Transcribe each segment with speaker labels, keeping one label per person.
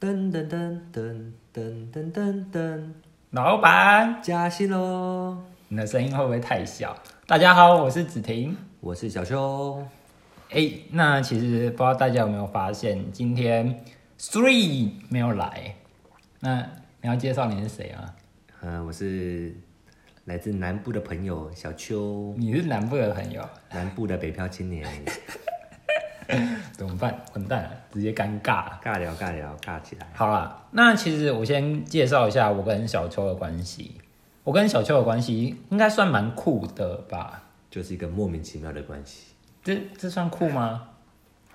Speaker 1: 噔噔噔噔噔噔噔噔，
Speaker 2: 老板，
Speaker 1: 加薪喽！
Speaker 2: 你的声音会不会太小？大家好，我是子婷。
Speaker 1: 我是小修，
Speaker 2: 哎、那其实不知道大家有没有发现，今天 Three 没有来。那你要介绍你是谁吗？
Speaker 1: 嗯，我是来自南部的朋友小秋，
Speaker 2: 你是南部的朋友，
Speaker 1: 南部的北漂青年，
Speaker 2: 怎么办？混蛋了，直接尴尬了。
Speaker 1: 尬聊尬聊尬起来。
Speaker 2: 好啦，那其实我先介绍一下我跟小秋的关系。我跟小秋的关系应该算蛮酷的吧？
Speaker 1: 就是一个莫名其妙的关系，
Speaker 2: 这这算酷吗？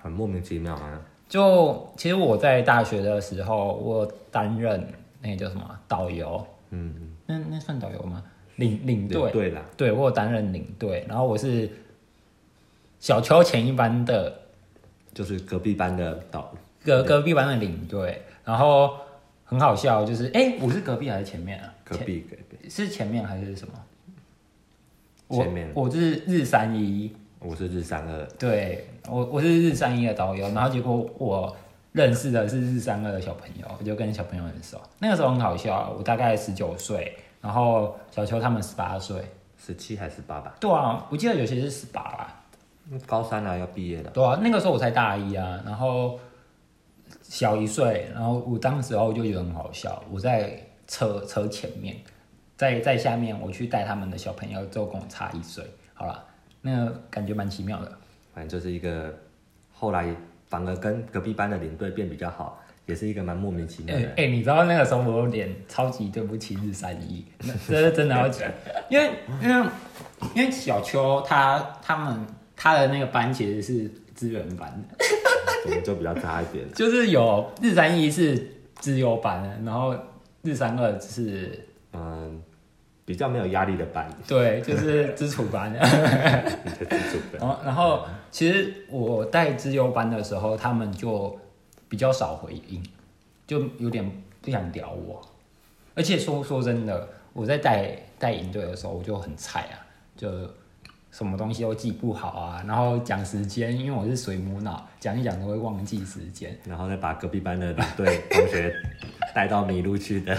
Speaker 1: 很莫名其妙啊。
Speaker 2: 就其实我在大学的时候，我担任那个叫什么啊导游，
Speaker 1: 嗯，
Speaker 2: 那那算导游吗？领领
Speaker 1: 对
Speaker 2: 队，
Speaker 1: 对啦，
Speaker 2: 对我有担任领队，然后我是小秋前一班的
Speaker 1: 就是隔壁班的导，
Speaker 2: 隔隔壁班的领队，然后很好笑，就是哎、我是隔壁还是前面啊？
Speaker 1: 隔壁隔壁，
Speaker 2: 前是前面还是什么？我
Speaker 1: 前面
Speaker 2: 我是日三一，
Speaker 1: 我是日三二，
Speaker 2: 对我我是日三一的导游，然后结果我认识的是日三二的小朋友，我就跟小朋友很熟。那个时候很好笑啊，我大概十九岁，然后小秋他们十八岁。
Speaker 1: 十七还是八吧？
Speaker 2: 对啊，我记得有些是十八啦。
Speaker 1: 高三啊，要毕业了，
Speaker 2: 对啊，那个时候我才大一啊，然后小一岁，啊然后我当时候就觉得很好笑，我在车车前面，在在下面我去带他们的小朋友，就跟我差一岁。好啦，那个感觉蛮奇妙的。
Speaker 1: 反正就是一个后来反而跟隔壁班的领队变比较好，也是一个蛮莫名其
Speaker 2: 哎、
Speaker 1: 妙的。
Speaker 2: 哎你知道那个时候我有点超级对不起日三一，那这是真的要讲，因为因为因为小秋他他们他的那个班其实是资源班，
Speaker 1: 我们就比较差一点。
Speaker 2: 就是有日三一是资优班，然后日三二是
Speaker 1: 嗯，比较没有压力的班，
Speaker 2: 对就是资础班，
Speaker 1: 你的自主的。
Speaker 2: 然后哦然后其实我带资优班的时候，他们就比较少回应，就有点不想屌我。而且说说真的，我在带带营队的时候，我就很菜啊，就什么东西都记不好啊，然后讲时间，因为我是水母脑，讲一讲都会忘记时间。
Speaker 1: 然后再把隔壁班的领队同学带到迷路去的，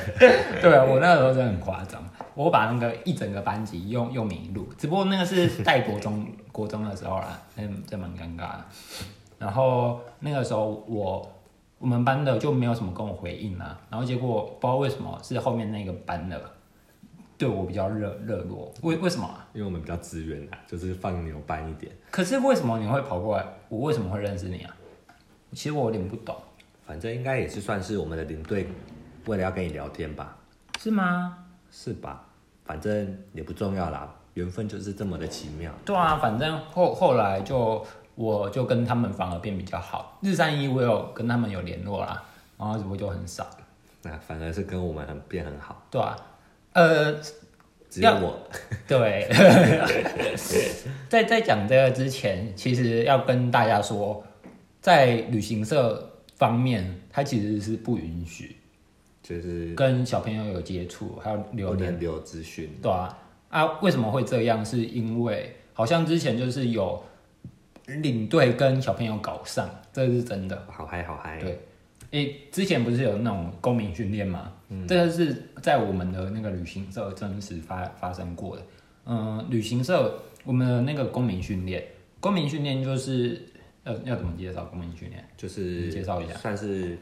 Speaker 2: 对啊我那个时候真的很夸张，我把那个一整个班级用用迷路，只不过那个是带国中国中的时候啦，那这蛮尴尬的。然后那个时候我我们班的就没有什么跟我回应啦，然后结果不知道为什么是后面那个班的对我比较热热络，为为什么啊、
Speaker 1: 因为我们比较资源啊，就是放牛班一点。
Speaker 2: 可是为什么你会跑过来？我为什么会认识你啊？其实我有点不懂，
Speaker 1: 反正应该也是算是我们的领队为了要跟你聊天吧，
Speaker 2: 是吗？
Speaker 1: 是吧？反正也不重要啦，缘分就是这么的奇妙。
Speaker 2: 对啊，反正后后来就我就跟他们反而变比较好。日三一我有跟他们有联络啦，然后只不过就很少。
Speaker 1: 那反而是跟我们很变很好，
Speaker 2: 对啊，呃，
Speaker 1: 只有
Speaker 2: 要
Speaker 1: 我
Speaker 2: 对， 在在讲这个之前，其实要跟大家说，在旅行社方面，它其实是不允许
Speaker 1: 就是
Speaker 2: 跟小朋友有接触，还有
Speaker 1: 不
Speaker 2: 留恋
Speaker 1: 能留资讯，
Speaker 2: 对啊，啊，为什么会这样？是因为好像之前就是有领队跟小朋友搞上，这是真的。
Speaker 1: 好嗨好嗨。
Speaker 2: 对，诶、哎之前不是有那种公民训练吗？这个是在我们的那个旅行社真实发发生过的。嗯、旅行社我们的那个公民训练，公民训练就是呃要怎么介绍公民训练？
Speaker 1: 就是
Speaker 2: 你介绍一下
Speaker 1: 算是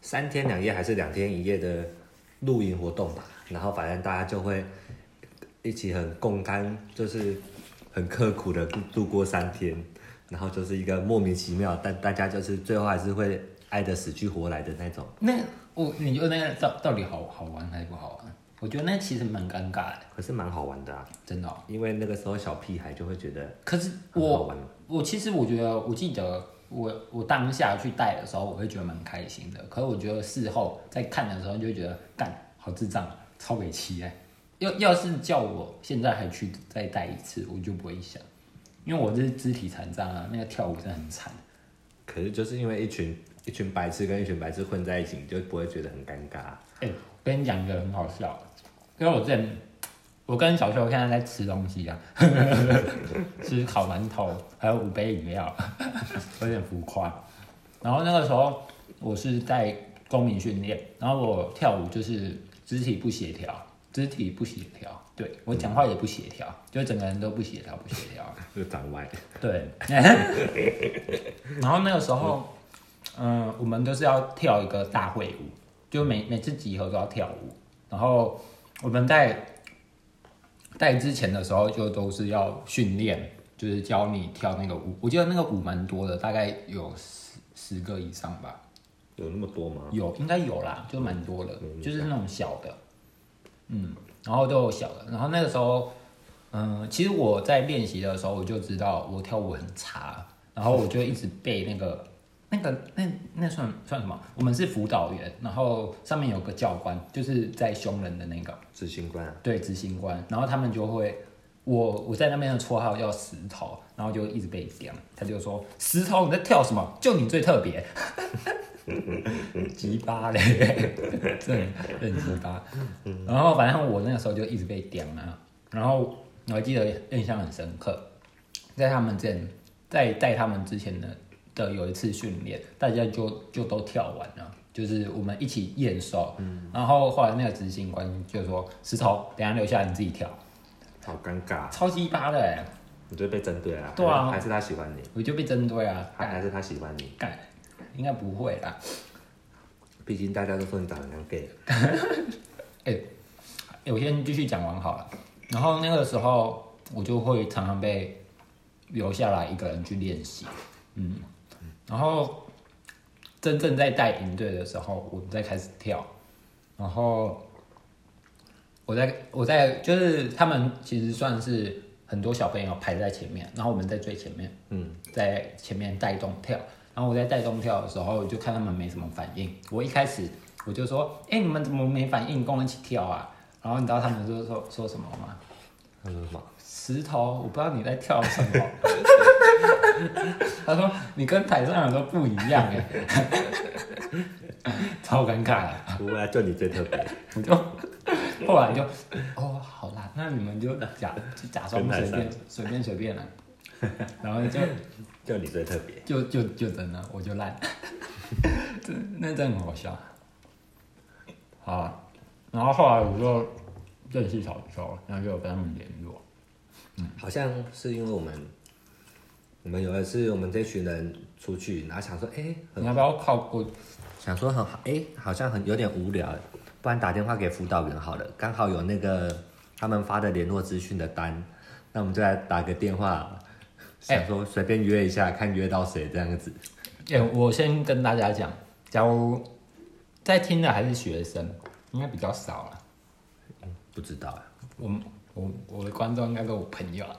Speaker 1: 三天两夜还是两天一夜的露营活动吧。然后反正大家就会一起很共甘，就是很刻苦的度过三天，然后就是一个莫名其妙，但大家就是最后还是会爱得死去活来的那种。
Speaker 2: 那我你觉得那个到到底好好玩还是不好玩？我觉得那其实蛮尴尬的，
Speaker 1: 可是蛮好玩的啊，
Speaker 2: 真的哦、
Speaker 1: 因为那个时候小屁孩就会觉得
Speaker 2: 可是
Speaker 1: 很
Speaker 2: 我
Speaker 1: 好玩。
Speaker 2: 我其实我觉得，我记得我我当下去带的时候，我会觉得蛮开心的。可是我觉得事后在看的时候，就会觉得干好智障，超委屈哎。要要是叫我现在还去再带一次，我就不会想，因为我这是肢体残障啊，那个跳舞真的很惨。
Speaker 1: 可是就是因为一群一群白痴跟一群白痴混在一起，你就不会觉得很尴尬啊、
Speaker 2: 哎、跟你讲一个很好笑的，因为我之前我跟小秋现在在吃东西啊， 吃烤馒头，还有五 杯饮料，有点浮夸。然后那个时候我是在公民训练，然后我跳舞就是肢体不协调，肢体不协调，对我讲话也不协调，就整个人都不协调，不协调。
Speaker 1: 就长歪。
Speaker 2: 对， 然后那个时候，嗯，我们都是要跳一个大会舞，就每每次集合都要跳舞。然后我们在在之前的时候，就都是要训练，就是教你跳那个舞。我记得那个舞蛮多的，大概有十十个以上吧，
Speaker 1: 有那么多吗？
Speaker 2: 有应该有啦，就蛮多的，就是那种小的，嗯，然后都有小的。然后那个时候，嗯，其实我在练习的时候，我就知道我跳舞很差，然后我就一直背那个、 那个、那那算算什么？我们是辅导员，然后上面有个教官，就是在凶人的那个，
Speaker 1: 执行官啊，
Speaker 2: 对，执行官。然后他们就会，我我在那边的绰号叫石头，然后就一直被讲，他就说石头你在跳什么？就你最特别， 鸡巴嘞，真的真的鸡巴。然后反正我那个时候就一直被点啊，然后我还记得印象很深刻，在他们之前，在在他们之前的的有一次训练，大家就就都跳完了，就是我们一起验收，然后后来那个执行官就说：“石头，等一下留下来你自己跳。
Speaker 1: 好尴”尬，
Speaker 2: 超鸡巴的、欸，
Speaker 1: 你就被针对啊。
Speaker 2: 对啊
Speaker 1: 还是他喜欢你，
Speaker 2: 我就被针对啊，
Speaker 1: 还
Speaker 2: 干
Speaker 1: 还是他喜欢你。
Speaker 2: 干，应该不会啦。
Speaker 1: 毕竟大家都说你长得像 gay，
Speaker 2: 哎、欸我先继续讲完好了。然后那个时候我就会常常被留下来一个人去练习，嗯，然后真正在带营队的时候，我们再开始跳，然后我在我在就是他们其实算是很多小朋友排在前面，然后我们在最前面，
Speaker 1: 嗯，
Speaker 2: 在前面带动跳，然后我在带动跳的时候，我就看他们没什么反应。我一开始我就说：“哎、你们怎么没反应？跟我一起跳啊！”然后你知道他们就说说什么吗？
Speaker 1: 他说什么？
Speaker 2: 石头，我不知道你在跳什 么。 他说：“你跟台上人都不一样哎、 超尴尬的。
Speaker 1: 不会啊，就你最特别，
Speaker 2: 我就后来就哦，好啦，那你们就假就假装
Speaker 1: 跟台
Speaker 2: 随
Speaker 1: 上
Speaker 2: 便随便随便了、然后就
Speaker 1: 就你最特别。
Speaker 2: 就就就真的，我就烂， 这那真的很好笑。好啊、然后后来我就认识小周，然后就有跟他们联络。
Speaker 1: 好像是因为我们，我们有一次我们这群人出去，然后想说，哎、很
Speaker 2: 你要不要靠过？
Speaker 1: 想说很好，哎、好像很有点无聊，不然打电话给辅导员好了，刚好有那个他们发的联络资讯的单，那我们就来打个电话，想说随便约一下，看约到谁这样子。
Speaker 2: 哎、我先跟大家讲，假如在听的还是学生，应该比较少了。
Speaker 1: 不知道啊，
Speaker 2: 我们我我的观众应该都是我朋友啊。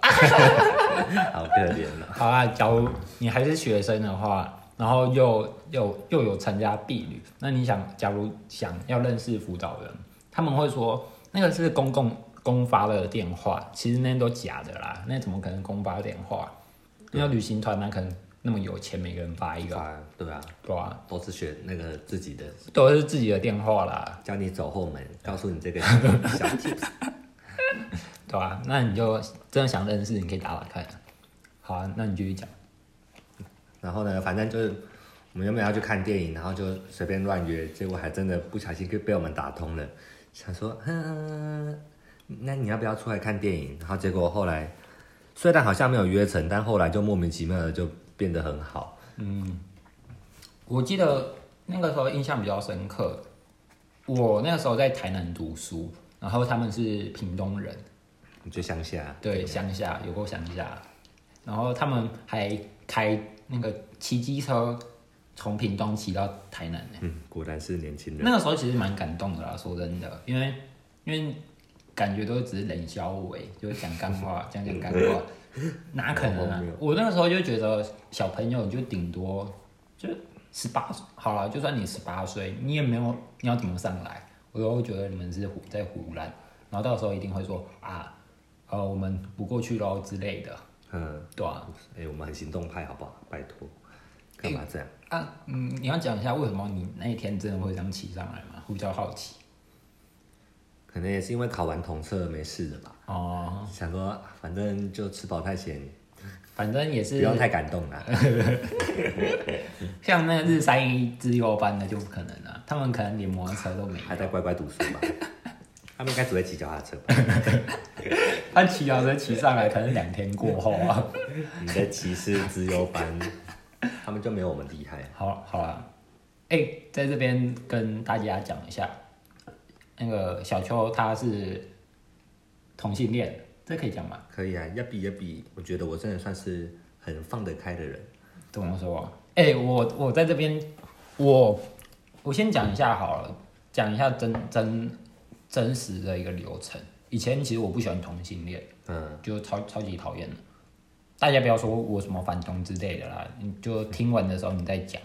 Speaker 1: 好可怜 啊！
Speaker 2: 好啊，假如你还是学生的话，然后又又又有参加婢女，那你想，假如想要认识辅导人，他们会说那个是公共公发的电话，其实那都假的啦，那怎么可能公发电话？那旅行团哪可能那么有钱，每个人发一个，
Speaker 1: 啊，对啊，
Speaker 2: 对啊？
Speaker 1: 都是选那个自己的，
Speaker 2: 都是自己的电话啦，
Speaker 1: 教你走后门，告诉你这个小 tips。
Speaker 2: 对吧、那你就真的想认识，你可以打打看。好啊，那你继续讲。
Speaker 1: 然后呢，反正就是我们原本要去看电影，然后就随便乱约，结果还真的不小心就被我们打通了。想说，嗯，那你要不要出来看电影？然后结果后来虽然好像没有约成，但后来就莫名其妙的就变得很好。
Speaker 2: 我记得那个时候印象比较深刻，我那个时候在台南读书，然后他们是屏东人，
Speaker 1: 你就乡下，
Speaker 2: 对，乡下有够乡下，然后他们还开那个骑机车从屏东骑到台南呢、
Speaker 1: 嗯，果然是年轻人。
Speaker 2: 那个时候其实蛮感动的啦，说真的，因为因为感觉都只是冷笑伟，就是讲干话，讲讲干话，哪可能啊
Speaker 1: 没有？
Speaker 2: 我那个时候就觉得小朋友就顶多就十八岁，好了，就算你十八岁，你也没有你要怎么上来，我都觉得你们是胡在胡乱，然后到时候一定会说啊，呃，我们不过去喽之类的，
Speaker 1: 嗯，
Speaker 2: 对啊，
Speaker 1: 哎、我们很行动派，好不好？拜托，干嘛这样？
Speaker 2: 啊，嗯，你要讲一下为什么你那一天真的会这样骑上来吗？我比较好奇。
Speaker 1: 可能也是因为考完统测没事了吧。
Speaker 2: 哦，
Speaker 1: 想说，反正就吃饱太闲，
Speaker 2: 反正也是
Speaker 1: 不用太感动啦。
Speaker 2: 像那个日三一自由班的就不可能了、啊他们可能连摩托车都没有
Speaker 1: 还，在乖乖读书 吧？他们应该只会骑脚踏车吧？
Speaker 2: 他骑脚车骑上来可能两天过后啊。
Speaker 1: 你的骑士资优班，他们就没有我们厉害。
Speaker 2: 好，好啦，哎、在这边跟大家讲一下，那个小秋他是同性恋，这可以讲吗？
Speaker 1: 可以啊，要比要比，我觉得我真的算是很放得开的人。
Speaker 2: 怎么说？哎、我我在这边，我我先讲一下好了，讲一下真真真实的一个流程。以前其实我不喜欢同性恋，
Speaker 1: 嗯，
Speaker 2: 就超超级讨厌的。大家不要说我什么反同之类的啦，你就听完的时候你再讲。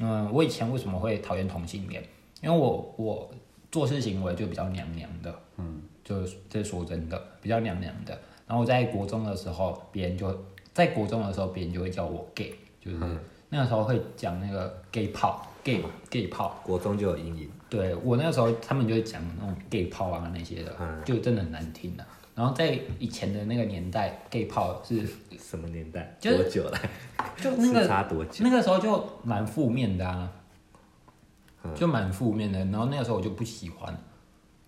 Speaker 2: 嗯，我以前为什么会讨厌同性恋？因为我我做事情我就比较娘娘的，嗯，就这说真的，比较娘娘的。然后我在国中的时候，别人就在国中的时候，别人就会叫我 gay，就是那个时候会讲那个 gay 炮，gay 嘛，gay 炮。
Speaker 1: 国中就有阴影，
Speaker 2: 对我那个时候，他们就会讲那种 gay 炮啊那些的，
Speaker 1: 嗯
Speaker 2: 就真的很难听的、然后在以前的那个年代，gay 炮是
Speaker 1: 什么年代？
Speaker 2: 就是
Speaker 1: 多久了？
Speaker 2: 就那
Speaker 1: 是
Speaker 2: 个
Speaker 1: 差多久？
Speaker 2: 那个时候就蛮负面的啊，
Speaker 1: 嗯
Speaker 2: 就蛮负面的。然后那个时候我就不喜欢，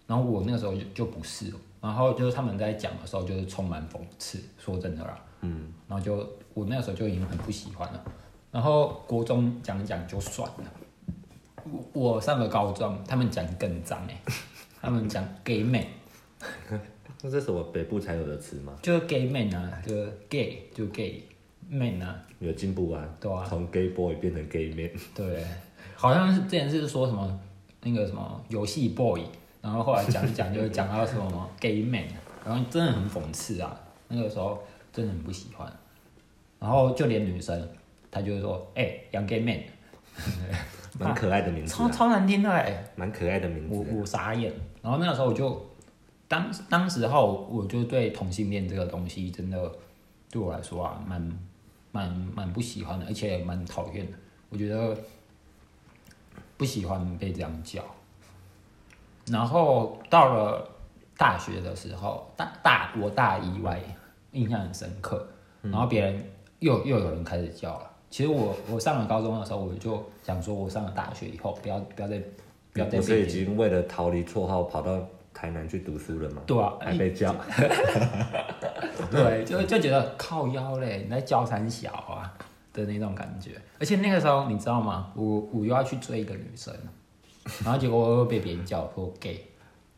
Speaker 2: 然后我那个时候就就不是，哦然后就是他们在讲的时候就是充满讽刺，说真的啦，
Speaker 1: 嗯，
Speaker 2: 然后就我那个时候就已经很不喜欢了。然后国中讲一讲就算了，我我上了高中，他们讲更脏 哎、他们讲 gay man，
Speaker 1: 那这是我北部才有的词吗？
Speaker 2: 就是 gay man 啊，就是 gay 就 gay man 啊，
Speaker 1: 有进步啊，
Speaker 2: 对啊
Speaker 1: 从 gay boy 变成 gay man，
Speaker 2: 对，好像是之前是说什么那个什么游戏 boy，然后后来讲一讲就讲到什么 gay man，然后真的很讽刺啊，那个时候真的很不喜欢，然后就连女生，她就会说，哎、养 gay man，
Speaker 1: 蛮可爱的名字
Speaker 2: 超
Speaker 1: 啊，
Speaker 2: 超难听的哎、
Speaker 1: 蛮可爱的名
Speaker 2: 我
Speaker 1: 字啊。
Speaker 2: 我傻眼，然后那个时候我就当当时候我就对同性恋这个东西真的对我来说啊，蛮蛮蛮不喜欢的，而且蛮讨厌的。我觉得不喜欢被这样叫。然后到了大学的时候，大大我大一外，印象很深刻。
Speaker 1: 嗯
Speaker 2: 然后别人又又有人开始叫了。其实我我上了高中的时候，我就想说，我上了大学以后，不要不要再不
Speaker 1: 你
Speaker 2: 要再
Speaker 1: 不
Speaker 2: 被
Speaker 1: 是
Speaker 2: 别
Speaker 1: 已
Speaker 2: 人
Speaker 1: 经为了逃离绰号跑到台南去读书了吗？
Speaker 2: 对啊，
Speaker 1: 还被叫，
Speaker 2: 对，就就觉得靠腰嘞，你在教三小啊的那种感觉。而且那个时候你知道吗？我我又要去追一个女生，然后结果我又被别人叫说 gay，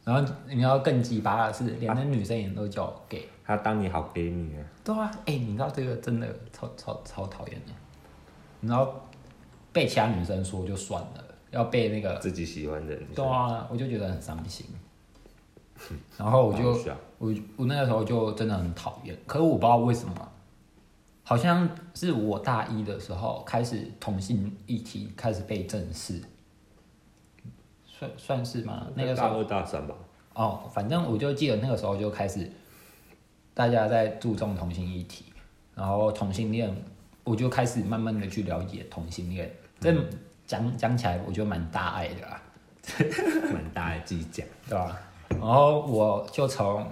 Speaker 2: 然后你知道更鸡巴的是，连那女生也都叫我 gay。
Speaker 1: 他当你好 gay 你啊，
Speaker 2: 对啊，哎、你知道这个真的超超超讨厌的，你知道被其他女生说就算了，要被那个，
Speaker 1: 自己喜欢的，你
Speaker 2: 对啊，我就觉得很伤心。然后我就
Speaker 1: 好笑
Speaker 2: 我我那个时候就真的很讨厌，可是我不知道为什么，好像是我大一的时候开始同性议题开始被正视，算算是吗？那个时
Speaker 1: 大
Speaker 2: 候
Speaker 1: 二大三吧，
Speaker 2: 哦，反正我就记得那个时候就开始大家在注重同性议题，然后同性恋，我就开始慢慢的去了解同性恋，这讲讲起来我觉得蛮大爱的啦。
Speaker 1: 蛮大的技巧。
Speaker 2: 对吧、然后我就从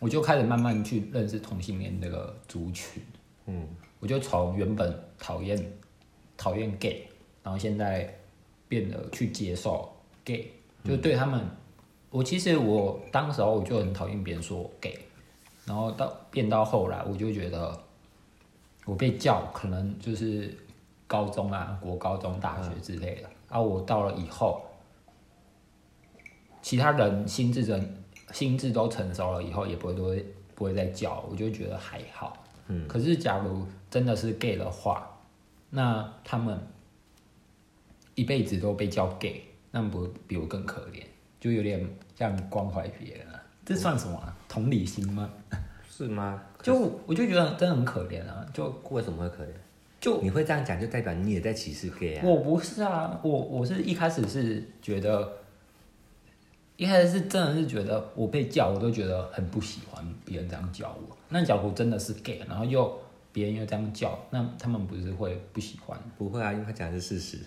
Speaker 2: 我就开始慢慢去认识同性恋这个族群，
Speaker 1: 嗯，
Speaker 2: 我就从原本讨厌讨厌 gay，然后现在变得去接受 gay，就对他们，我其实我当时候我就很讨厌别人说我 gay，然后到变到后来我就觉得我被叫可能就是高中啊、国高中、大学之类的、啊，我到了以后。其他人心智人心智都成熟了以后，也不会都会不会再叫，我就觉得还好。嗯，可是假如真的是 gay 的话，那他们一辈子都被叫 gay，那不比我更可怜，就有点像关怀别人啊。这算什么啊、同理心吗？
Speaker 1: 是吗？
Speaker 2: 就我就觉得真的很可怜啊！就
Speaker 1: 为什么会可怜？
Speaker 2: 就
Speaker 1: 你会这样讲，就代表你也在歧视 gay 啊？
Speaker 2: 我不是啊，我我是一开始是觉得，一开始是真的是觉得我被叫，我都觉得很不喜欢别人这样叫我。那假如真的是 gay，然后又别人又这样叫，那他们不是会不喜欢？
Speaker 1: 不会啊，因为他讲的是 事实。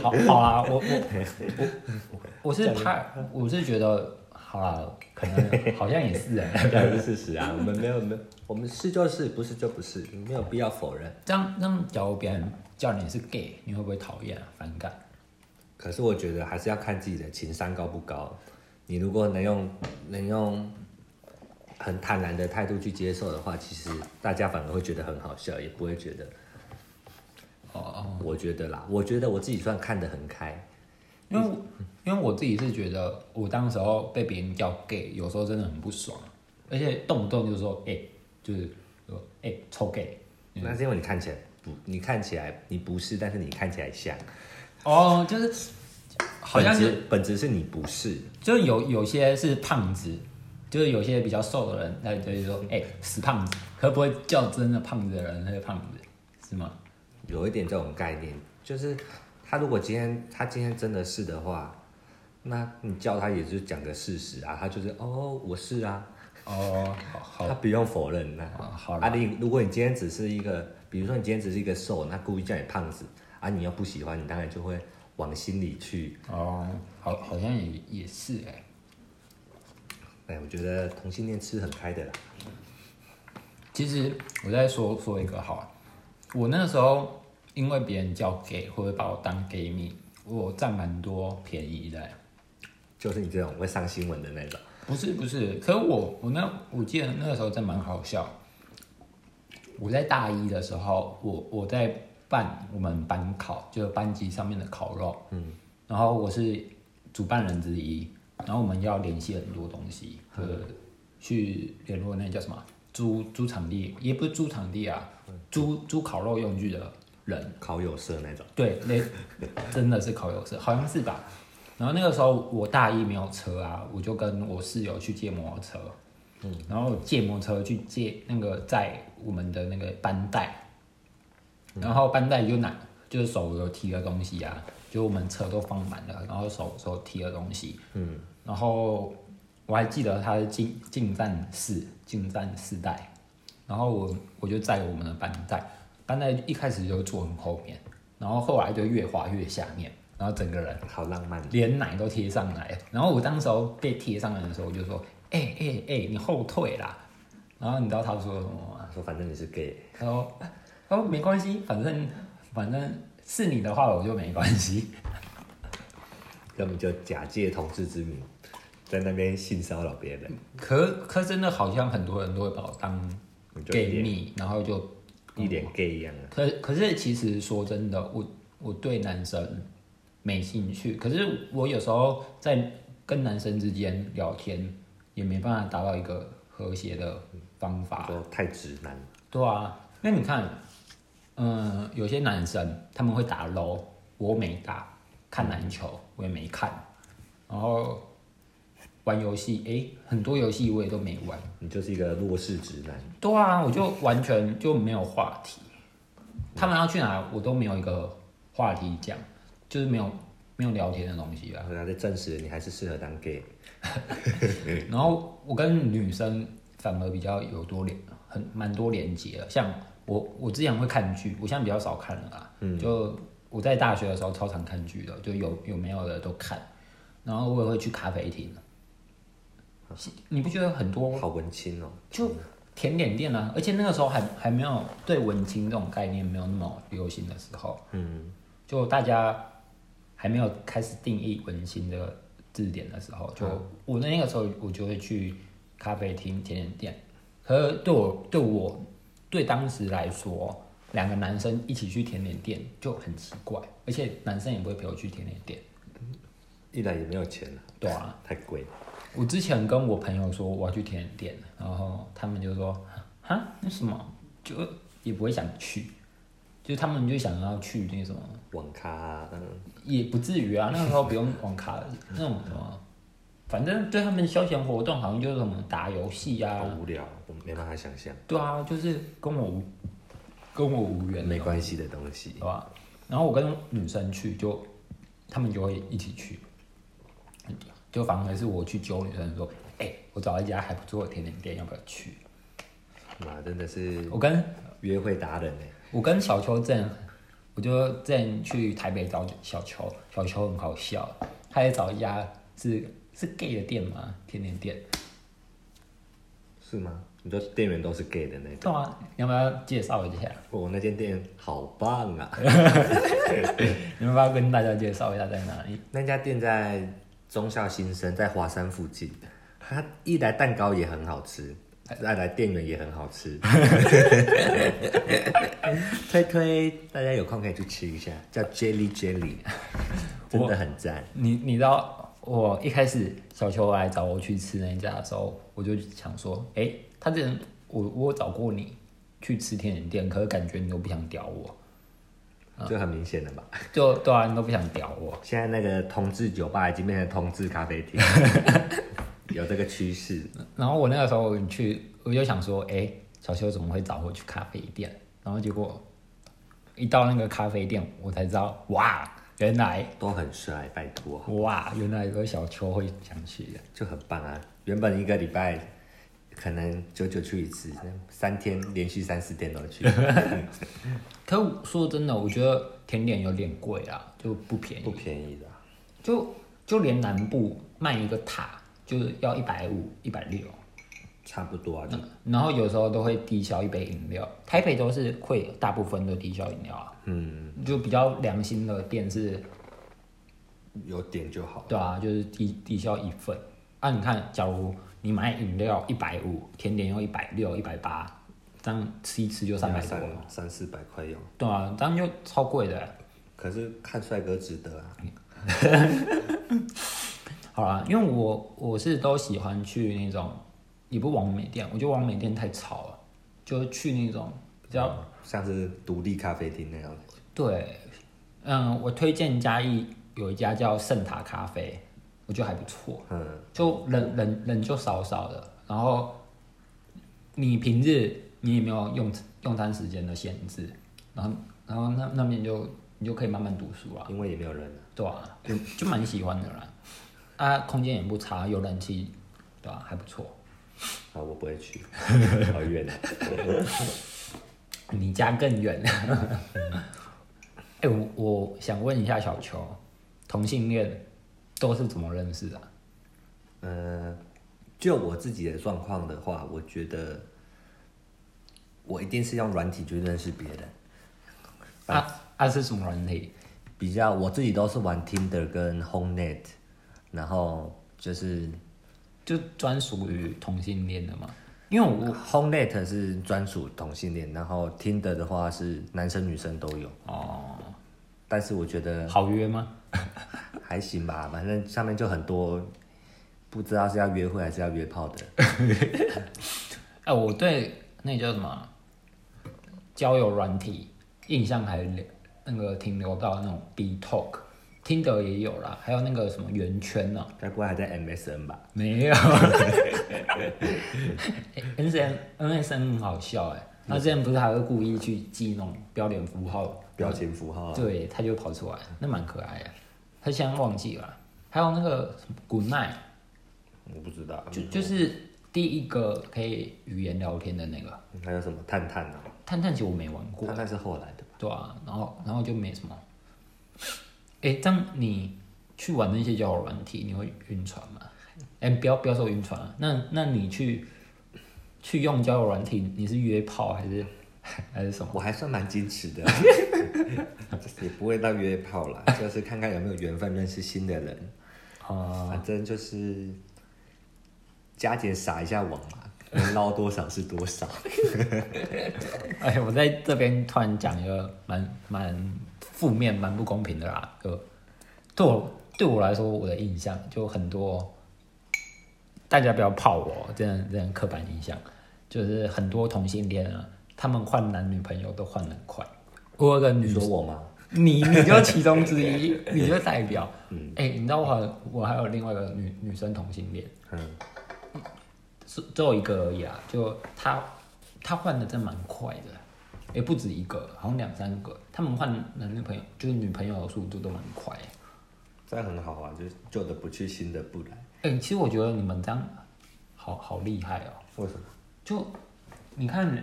Speaker 2: 好好啊，我我我我是怕，我是觉得好了，可能好像也是哎、
Speaker 1: 这还是事实啊，我们没有没有，我们是就是，不是就不是，没有必要否认。
Speaker 2: 这样这样，假如别人叫你是 gay，你会不会讨厌、啊、反感？
Speaker 1: 可是我觉得还是要看自己的情商高不高。你如果能用能用很坦然的态度去接受的话，其实大家反而会觉得很好笑，也不会觉得。
Speaker 2: 哦哦，
Speaker 1: 我觉得啦，我觉得我自己算看得很开。
Speaker 2: 因为我因为我自己是觉得，我当时候被别人叫 gay，有时候真的很不爽，而且动不动就说哎、就是说哎、臭 gay。嗯
Speaker 1: 那是因为你看起来不，你看起来你不是，但是你看起来像，
Speaker 2: 哦，就是好像
Speaker 1: 本
Speaker 2: 是
Speaker 1: 质本质是你不是，
Speaker 2: 就是有有些是胖子，就是有些比较瘦的人，那就是说哎、死胖子，可不会叫真的胖子的人那个胖子是吗？
Speaker 1: 有一点这种概念，就是他如果今天他今天真的是的话，那你叫他也就是讲个事实啊，他就是哦我是啊，
Speaker 2: 哦，好好
Speaker 1: 他不用否认那、
Speaker 2: 啊
Speaker 1: 啊。
Speaker 2: 好啦
Speaker 1: 啊你如果你今天只是一个，比如说你今天只是一个瘦，那故意叫你胖子啊，你又不喜欢，你当然就会往心里去。
Speaker 2: 哦，好好像也也是哎、
Speaker 1: 哎，我觉得同性恋吃很开的啦。
Speaker 2: 其实我再说说一个好了，我那时候因为别人叫 gay 或者把我当 gay 蜜，我占蛮多便宜的欸、
Speaker 1: 就是你这种会上新闻的那种，
Speaker 2: 不是不是，可是我我那我记得那个时候真蛮好笑。我在大一的时候，我我在办我们班考，就是班级上面的烤肉，嗯，然后我是主办人之一，然后我们要联系很多东西，呃，去联络那叫什么租租场地，也不是租场地啊，租租烤肉用具的人，
Speaker 1: 烤友社那种，
Speaker 2: 对，那真的是考友社，好像是吧。然后那个时候我大一没有车啊，我就跟我室友去借摩托车，嗯，然后借摩托车去借那个在我们的那个班带，然后班带就拿就是手有提的东西啊，就我们车都放满了，然后手手提的东西，嗯，然后我还记得他是进进站四进站四代，然后我我就载我们的班带，班带一开始就坐很后面，然后后来就越滑越下面，然后整个人
Speaker 1: 好浪漫。
Speaker 2: 连奶都贴上来。然后我当时候被贴上来的时候，我就说：“哎哎哎，你后退啦！”然后你知道他说什么吗？
Speaker 1: 他说反正你是 gay，
Speaker 2: 他说：“哦，没关系，反正反正是你的话，我就没关系。
Speaker 1: 根本就假借同志之名，在那边性骚扰别人，
Speaker 2: 可”可真的好像很多人都会把我当
Speaker 1: 你就一
Speaker 2: gay
Speaker 1: 脸
Speaker 2: 蜜，然后就
Speaker 1: 一脸 gay 一样啊。
Speaker 2: 可可是其实说真的，我我对男生没兴趣。可是我有时候在跟男生之间聊天，也没办法达到一个和谐的方法。
Speaker 1: 说太直男，
Speaker 2: 对啊，那你看，嗯、有些男生他们会打 low，我没打，看篮球我也没看，然后玩游戏，诶，很多游戏我也都没玩。
Speaker 1: 你就是一个弱势直男。
Speaker 2: 对啊，我就完全就没有话题。他们要去哪，我都没有一个话题讲，就是没有没有聊天的东西啊。
Speaker 1: 然后他就证实你还是适合当 gay，
Speaker 2: 然后我跟女生反而比较有多连，很蛮多连接的。像我我之前会看剧，我现在比较少看了啦。嗯，就我在大学的时候超常看剧的，就有有没有的都看。然后我也会去咖啡厅。你不觉得很多
Speaker 1: 好文青哦。
Speaker 2: 就甜点店啊，而且那个时候还还没有对文青这种概念没有那么流行的时候，
Speaker 1: 嗯，
Speaker 2: 就大家还没有开始定义文青的字典的时候，就我那个时候我就会去咖啡厅、甜点店。可是对我对我对当时来说，两个男生一起去甜点店就很奇怪，而且男生也不会陪我去甜点店，
Speaker 1: 一来也没有钱了，
Speaker 2: 对啊。
Speaker 1: 太贵了。
Speaker 2: 我之前跟我朋友说我要去甜点店，然后他们就说哈，那什么就也不会想去，就他们就想要去那什么，
Speaker 1: 网咖、嗯，
Speaker 2: 也不至于啊，那个时候不用网卡那种什么，反正对他们休闲活动好像就是什么打游戏
Speaker 1: 好
Speaker 2: 啊，
Speaker 1: 无聊，我没办法想象。
Speaker 2: 对啊，就是跟我无跟我无缘，
Speaker 1: 没关系的东西
Speaker 2: 对，吧？然后我跟女生去就，他们就会一起去，就反而是我去揪女生说，哎、我找一家还不错的甜点店，要不要去？
Speaker 1: 妈真的是
Speaker 2: 我跟
Speaker 1: 约会达人欸呢。
Speaker 2: 我跟小邱正，我就正去台北找小邱，小邱很好笑，他也找一家是是 gay 的店吗？甜点店？
Speaker 1: 是吗？你说店员都是 gay 的那种？
Speaker 2: 对啊，你要不要介绍一下？
Speaker 1: 我那间店好棒啊！
Speaker 2: 你要不要跟大家介绍一下在哪里？
Speaker 1: 那家店在忠孝新生，在华山附近。它一来蛋糕也很好吃，再来店员也很好吃。推推，大家有空可以去吃一下，叫 Jelly Jelly，真的很赞。
Speaker 2: 你你知道，我一开始小秋来找我去吃那一家的时候，我就想说，哎、他之前我我有找过你去吃甜点店，可是感觉你都不想屌我，
Speaker 1: 就很明显了吧？
Speaker 2: 就对啊，你都不想屌我。
Speaker 1: 现在那个同志酒吧已经变成同志咖啡厅，有这个趋势。
Speaker 2: 然后我那个时候我去，我就想说，哎、小秋怎么会找我去咖啡店？然后结果一到那个咖啡店，我才知道，哇，原来
Speaker 1: 都很帅，拜托，
Speaker 2: 哇，原来有小秋会想去的。
Speaker 1: 就很棒啊！原本一个礼拜可能久久去一次，三天连续三四天都去，
Speaker 2: 可我说真的，我觉得甜点有点贵啊，就不便宜。
Speaker 1: 不便宜的啊、
Speaker 2: 就就连南部卖一个塔就是要一百五、一百六，
Speaker 1: 差不多啊，就
Speaker 2: 然后有时候都会低消一杯饮料。台北都是会大部分都低消饮料啊，
Speaker 1: 嗯，
Speaker 2: 就比较良心的店是，
Speaker 1: 有点就好。
Speaker 2: 对啊，就是低低消一份。啊，你看，假如你买饮料一百五，甜点要一百六、一百八，这样吃一次就三百多
Speaker 1: 三
Speaker 2: 了，
Speaker 1: 三四百块有，
Speaker 2: 对啊，这样就超贵的、
Speaker 1: 可是看帅哥值得啊。
Speaker 2: 好啦，因为我我是都喜欢去那种，也不往美店，我觉得往美店太吵了，就去那种比
Speaker 1: 嗯
Speaker 2: 较
Speaker 1: 像是独立咖啡厅那样的，
Speaker 2: 对，嗯，我推荐嘉义有一家叫圣塔咖啡，我觉得还不错，
Speaker 1: 嗯，
Speaker 2: 就人人人就少少的，然后你平日你也没有用用餐时间的限制，然后然后那那边就你就可以慢慢读书啦，
Speaker 1: 因为也没有 人啊，
Speaker 2: 对啊，就就蛮喜欢的啦，啊，空间也不差，有冷气，对吧、还不错。
Speaker 1: 啊，我不会去， 好远啊。
Speaker 2: 你家更远。 哎、我我想问一下小球，同性恋都是怎么认识的啊、
Speaker 1: 呃，就我自己的状况的话，我觉得我一定是用软体去认识别人，
Speaker 2: 啊？啊是什么软体？
Speaker 1: 比较我自己都是玩 Tinder 跟 HomeNet，然后就是
Speaker 2: 就专属于同性恋的吗？因为我
Speaker 1: HomeNet 是专属同性恋，然后 Tinder 的话是男生女生都有，
Speaker 2: 哦，
Speaker 1: 但是我觉得
Speaker 2: 好约吗？
Speaker 1: 还行吧，反正上面就很多不知道是要约会还是要约炮的，
Speaker 2: 哎、我对那叫什么交友软体印象还留那个停留到那种 B Talk、听得也有啦，还有那个什么圆圈呢、啊
Speaker 1: 该不会还在 MSN 吧？
Speaker 2: 没 有。N S N N S N 很好笑哎、他之前不是还会故意去记那种标点符号，
Speaker 1: 表情符号啊、
Speaker 2: 对，他就跑出来，那蛮可爱的。他现在忘记了，还有那个什么 Good Night，
Speaker 1: 我不知道，
Speaker 2: 就就是第一个可以语言聊天的那个。
Speaker 1: 还有什么探探啊？
Speaker 2: 探探其实我没玩过
Speaker 1: 探，探是后来的吧？
Speaker 2: 对啊，然后然后就没什么。哎、这样你去玩那些交友软体，你会晕船吗？哎、不要不要说晕船啊，那那你去去用交友软体，你是约炮还是还是什么？
Speaker 1: 我还算蛮矜持的， 也不会到约炮啦，就是看看有没有缘分认识新的人，
Speaker 2: 啊、
Speaker 1: 反正就是加减撒一下网嘛，能捞多少是多少。
Speaker 2: 哎、我在这边突然讲一个蛮蛮负面、蛮不公平的啦，就对我对我来说，我的印象就很多，大家不要泡我，这样这样刻板印象，就是很多同性恋啊，他们换男女朋友都换得很快。我有个女
Speaker 1: 你说我吗？
Speaker 2: 你你 就其中之一，你就代表。哎、你知道我还有我还有另外一个女女生同性恋，
Speaker 1: 嗯，
Speaker 2: 是只有一个而已啊，就她她换的真蛮快的，也、不止一个，好像两三个。他们换男女朋友，就是女朋友的速度都蛮快。
Speaker 1: 这样很好啊，就是旧的不去，新的不来。
Speaker 2: 哎、其实我觉得你们这样好好厉害哦。
Speaker 1: 为什么？
Speaker 2: 就你看，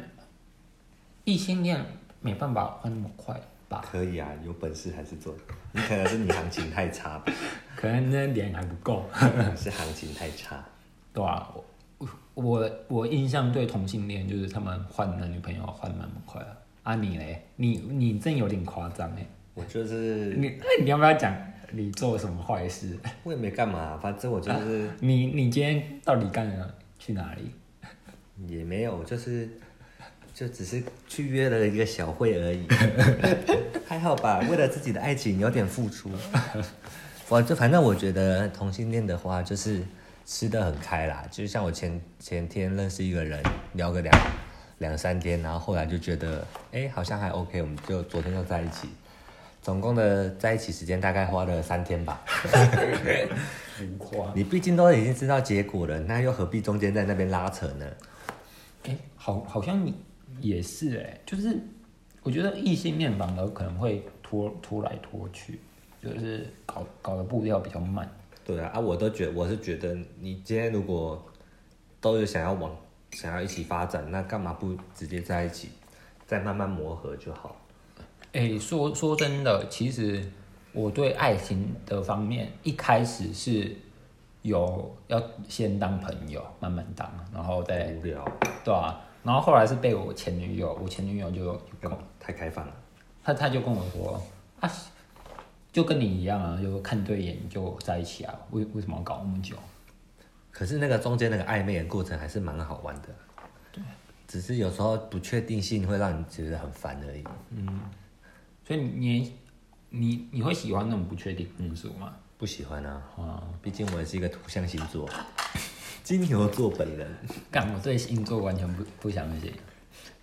Speaker 2: 异性恋没办法换那么快吧？
Speaker 1: 啊可以啊，有本事还是做。你可能是你行情太差吧？
Speaker 2: 可能那脸还不够。
Speaker 1: 是行情太差。
Speaker 2: 对啊，我我我印象对同性恋就是他们换男女朋友换蛮快的。啊你嘞，你你真有点夸张哎，
Speaker 1: 我就是
Speaker 2: 你那你要不要讲你做什么坏事？
Speaker 1: 我也没干嘛，啊反正我就是、
Speaker 2: 你你今天到底干了去哪里？
Speaker 1: 也没有，就是就只是去约了一个小会而已，还好吧。为了自己的爱情有点付出，我就反正我觉得同性恋的话就是吃的很开啦，就是像我前前天认识一个人，聊个两两三天，然后后来就觉得哎、好像还 OK，我们就昨天就在一起。总共的在一起时间大概花了三天吧。
Speaker 2: 浮夸。
Speaker 1: 你毕竟都已经知道结果了，那又何必中间在那边拉扯呢？
Speaker 2: 哎、好，好像你也是哎、就是我觉得异性恋反而可能会拖拖来拖去，就是搞搞的步调比较慢。
Speaker 1: 对啊，啊，我都觉我是觉得，你今天如果都有想要往想要一起发展，那干嘛不直接在一起，再慢慢磨合就好？
Speaker 2: 哎、说说真的，其实我对爱情的方面，一开始是有要先当朋友，慢慢当，然后再
Speaker 1: 无聊，
Speaker 2: 对啊，然后后来是被我前女友，我前女友就就跟
Speaker 1: 干嘛太开放了？
Speaker 2: 他他就跟我说啊，就跟你一样啊，就看对眼就在一起啊，为为什么要搞那么久？
Speaker 1: 可是那个中间那个暧昧的过程还是蛮好玩的，对，只是有时候不确定性会让你觉得很烦而已。
Speaker 2: 所以你你你会喜欢那种不确定因素吗？
Speaker 1: 不喜欢啊，
Speaker 2: 啊，
Speaker 1: 毕竟我也是一个土象星座，金牛座本人。
Speaker 2: 干我对星座完全不不相信，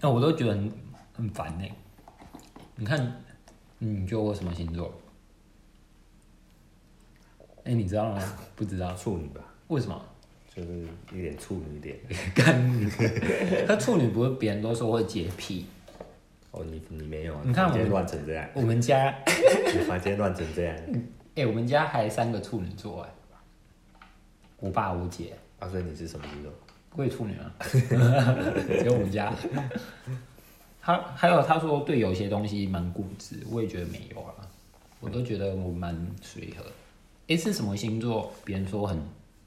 Speaker 2: 那我都觉得很很烦呢、你看，你觉得我什么星座？哎、你知道吗？不知道，
Speaker 1: 处女吧，
Speaker 2: 为什么？
Speaker 1: 就是一点处女脸。
Speaker 2: 那处女不是别人都说会洁癖，
Speaker 1: 哦，你你没有啊？
Speaker 2: 你看
Speaker 1: 房间
Speaker 2: 我
Speaker 1: 乱成这样，
Speaker 2: 我们家
Speaker 1: 你房间乱成这样。
Speaker 2: 哎、我们家还三个处女座哎、我爸我姐，
Speaker 1: 啊，所以你是什么星座？
Speaker 2: 我也处女啊，只有我们家。他还有他说对有些东西蛮固执，我也觉得没有啊，我都觉得我蛮随和。哎、是什么星座？别人说很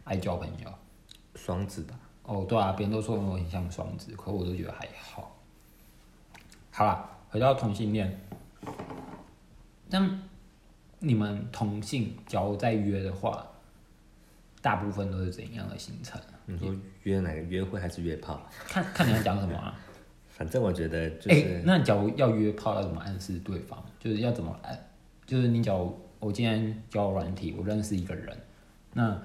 Speaker 2: 爱交朋友。啊
Speaker 1: 双子吧。
Speaker 2: 哦，对啊，别人都说我很像双子，可我都觉得还好。好啦，回到同性恋，那你们同性假如再约的话，大部分都是怎样的行程？
Speaker 1: 你说约哪个约会还是约炮？啊
Speaker 2: 看看你要讲什么啊？
Speaker 1: 反正我觉得就
Speaker 2: 哎、
Speaker 1: 是
Speaker 2: 那假如要约炮，要怎么暗示对方？就是要怎么暗？就是你假如我今天交友软体，我认识一个人，那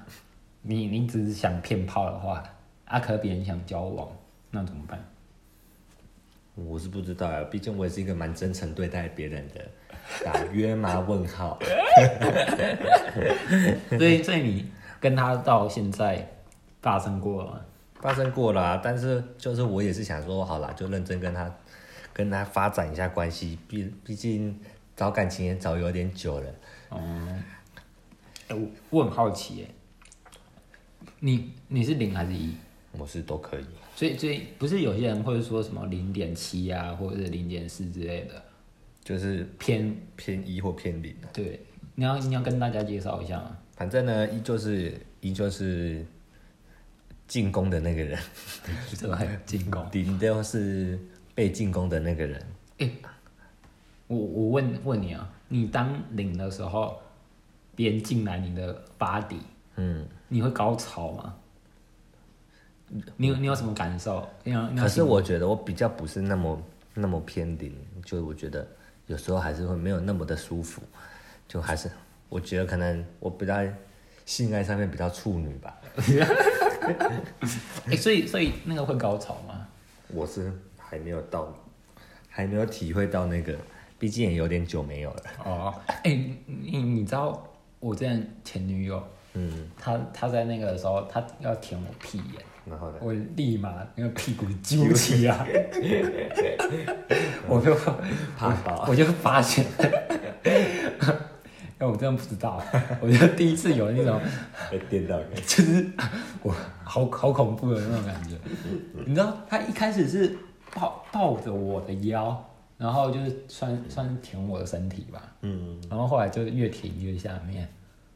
Speaker 2: 你你只是想骗炮的话，啊，可别人想交往，那怎么办？
Speaker 1: 我是不知道啊呀，毕竟我也是一个蛮真诚对待别人的。打约吗？ 问号。
Speaker 2: 所以，所以你跟他到现在发生过了吗？
Speaker 1: 发生过了啊、但是就是我也是想说，好啦，就认真跟他跟他发展一下关系。毕毕竟找感情也找有点久了，
Speaker 2: 哎、我我很好奇、耶，你你是零还是一？
Speaker 1: 我是都可以。
Speaker 2: 所以，所以不是有些人会说什么零点七啊，或者是零点四之类的
Speaker 1: 就是
Speaker 2: 偏
Speaker 1: 偏一或偏零啊
Speaker 2: 对？你要你要跟大家介绍一下吗？
Speaker 1: 反正呢，一就是一就是进攻的那个人。
Speaker 2: 这个很进攻。
Speaker 1: 顶多是被进攻的那个人，
Speaker 2: 我我问问你啊，你当零的时候，别人进来你的 body，
Speaker 1: 嗯。
Speaker 2: 你会高潮吗？你有你有什么感受？你要你要
Speaker 1: 嗯可是我觉得我比较不是那么那么偏零，就是我觉得有时候还是会没有那么的舒服，就还是我觉得可能我比较性爱上面比较处女吧，
Speaker 2: 哎、所以所以那个会高潮吗？
Speaker 1: 我是还没有到，还没有体会到那个，毕竟也有点久没有了。
Speaker 2: 哦，哎、你你知道我之前前女友，
Speaker 1: 嗯，
Speaker 2: 她她在那个的时候，她要舔我屁眼，
Speaker 1: 然后呢？
Speaker 2: 我立马那个屁股揪起来，我就
Speaker 1: 怕到
Speaker 2: 我我就发现， 哎，我真的不知道，我就第一次有那种
Speaker 1: 被电到 人，
Speaker 2: 就是我好好恐怖的那种感觉。你知道，他一开始是抱抱着我的腰，然后就是算算是舔我的身体吧，
Speaker 1: 嗯，
Speaker 2: 然后后来就越舔越下面，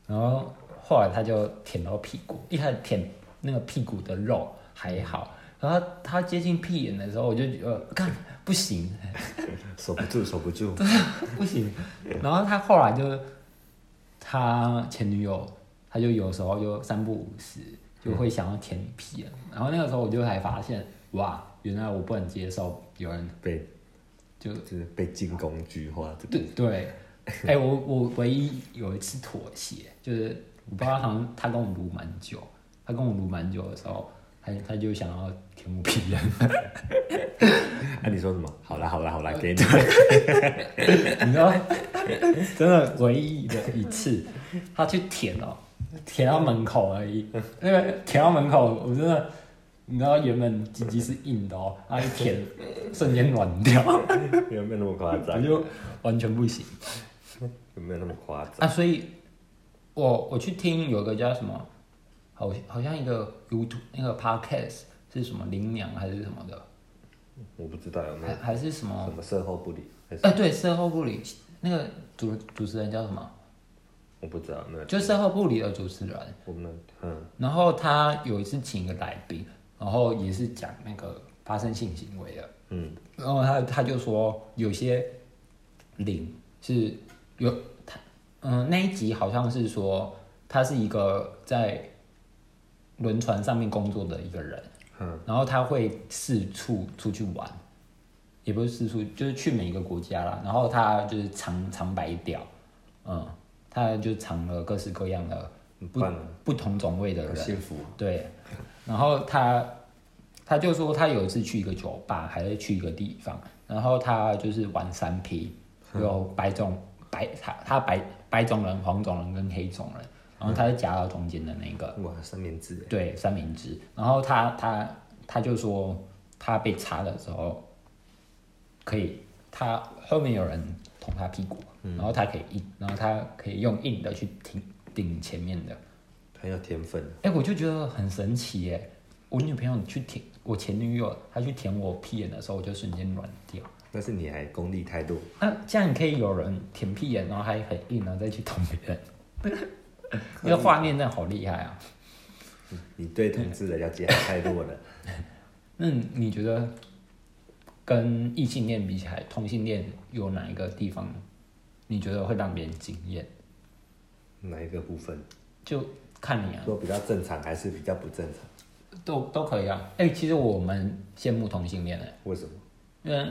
Speaker 2: 然后后来他就舔到屁股，一开始舔那个屁股的肉还好，然后他接近屁眼的时候，我就觉得看不行，
Speaker 1: 守不住，守不住，
Speaker 2: 不行。然后他后来就他前女友，他就有时候就三不五时就会想要舔屁眼，然后那个时候我就才发现，哇，原来我不能接受有人
Speaker 1: 被
Speaker 2: 就
Speaker 1: 就是被进攻具化，这
Speaker 2: 对对，哎、我我唯一有一次妥协，就是我不知道，好像他跟我撸蛮久，他跟我撸蛮久的时候，他他就想要舔我屁眼，
Speaker 1: 啊，你说什么？好啦，好啦，好啦，给你。
Speaker 2: 呃你知道，真的唯一的一次，他去舔哦，舔到门口而已，那个舔到门口，我真的。你知道原本鸡鸡是硬的哦，他一舔，瞬间软掉，
Speaker 1: 有没有那么夸
Speaker 2: 我
Speaker 1: 张？
Speaker 2: 就完全不行。
Speaker 1: 有没有那么夸张？
Speaker 2: 啊，所以我我去听有个叫什么，好好像一个 YouTube 那个 podcast 是什么林娘还是什么的，
Speaker 1: 我不知道有没
Speaker 2: 还
Speaker 1: 有
Speaker 2: 还是什么
Speaker 1: 什？么售后不理，还是
Speaker 2: 哎、对，售后部里那个主主持人叫什么？
Speaker 1: 我不知道，没有。
Speaker 2: 就售后部里的主持人，
Speaker 1: 我们嗯，
Speaker 2: 然后他有一次请一个来宾，然后也是讲那个发生性行为的，
Speaker 1: 嗯，
Speaker 2: 然后他他就说有些零是有他嗯、那一集好像是说他是一个在轮船上面工作的一个人，
Speaker 1: 嗯，
Speaker 2: 然后他会四处出去玩，也不是四处，就是去每一个国家啦，然后他就是尝尝百屌，嗯，他就尝了各式各样的
Speaker 1: 很
Speaker 2: 不
Speaker 1: 棒啊，
Speaker 2: 不同种类的
Speaker 1: 很
Speaker 2: 人，
Speaker 1: 幸福。
Speaker 2: 对，然后他他就说他有一次去一个酒吧，还是去一个地方，然后他就是玩三 P，有白种白他他白白种人、黄种人跟黑种人，然后他就夹到中间的那个，
Speaker 1: 哇，三明治耶，
Speaker 2: 对三明治，然后他他他就说他被插的时候，可以他后面有人捅他屁股，然后他可以硬，然后他可以用硬的去顶顶前面的。
Speaker 1: 很有天分。
Speaker 2: 哎、我就觉得很神奇耶！我女朋友去舔我前女友，她去舔我屁眼的时候，我就瞬间软掉。
Speaker 1: 但是你还功利太多，
Speaker 2: 那、这样你可以有人舔屁眼，然后还很硬，然后再去捅别人，那个画面真的好厉害啊！
Speaker 1: 你对同志的了解还太多了。
Speaker 2: 那你觉得跟异性恋比起来，同性恋有哪一个地方你觉得会让别人惊艳？
Speaker 1: 哪一个部分？
Speaker 2: 就看你啊，
Speaker 1: 说比较正常还是比较不正常？
Speaker 2: 都都可以啊。哎、其实我们羡慕同性恋的。啊
Speaker 1: 为什么？
Speaker 2: 因为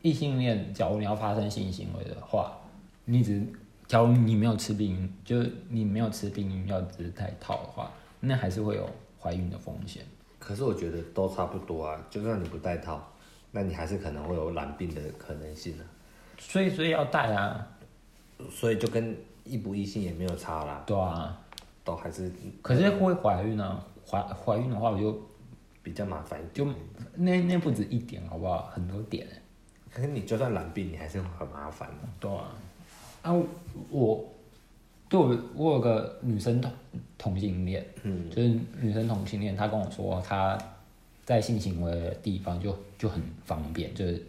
Speaker 2: 异性恋，假如你要发生性行为的话，你只假如你没有吃避孕，就是你没有吃避孕药，只是戴套的话，那还是会有怀孕的风险。
Speaker 1: 可是我觉得都差不多啊，就算你不戴套，那你还是可能会有染病的可能性啊。
Speaker 2: 所以，所以要戴啊，
Speaker 1: 所以就跟异不异性也没有差啦，
Speaker 2: 对啊。
Speaker 1: 都还是
Speaker 2: 可是会怀孕啊，怀怀孕的话，我就
Speaker 1: 比较麻烦一点。
Speaker 2: 就那那不止一点，好不好？很多点，
Speaker 1: 可是你就算染病，你还是很麻烦的、
Speaker 2: 对啊。啊，我对我我有个女生同同性恋，
Speaker 1: 嗯，
Speaker 2: 就是女生同性恋，她跟我说她在性行为的地方就就很方便，就是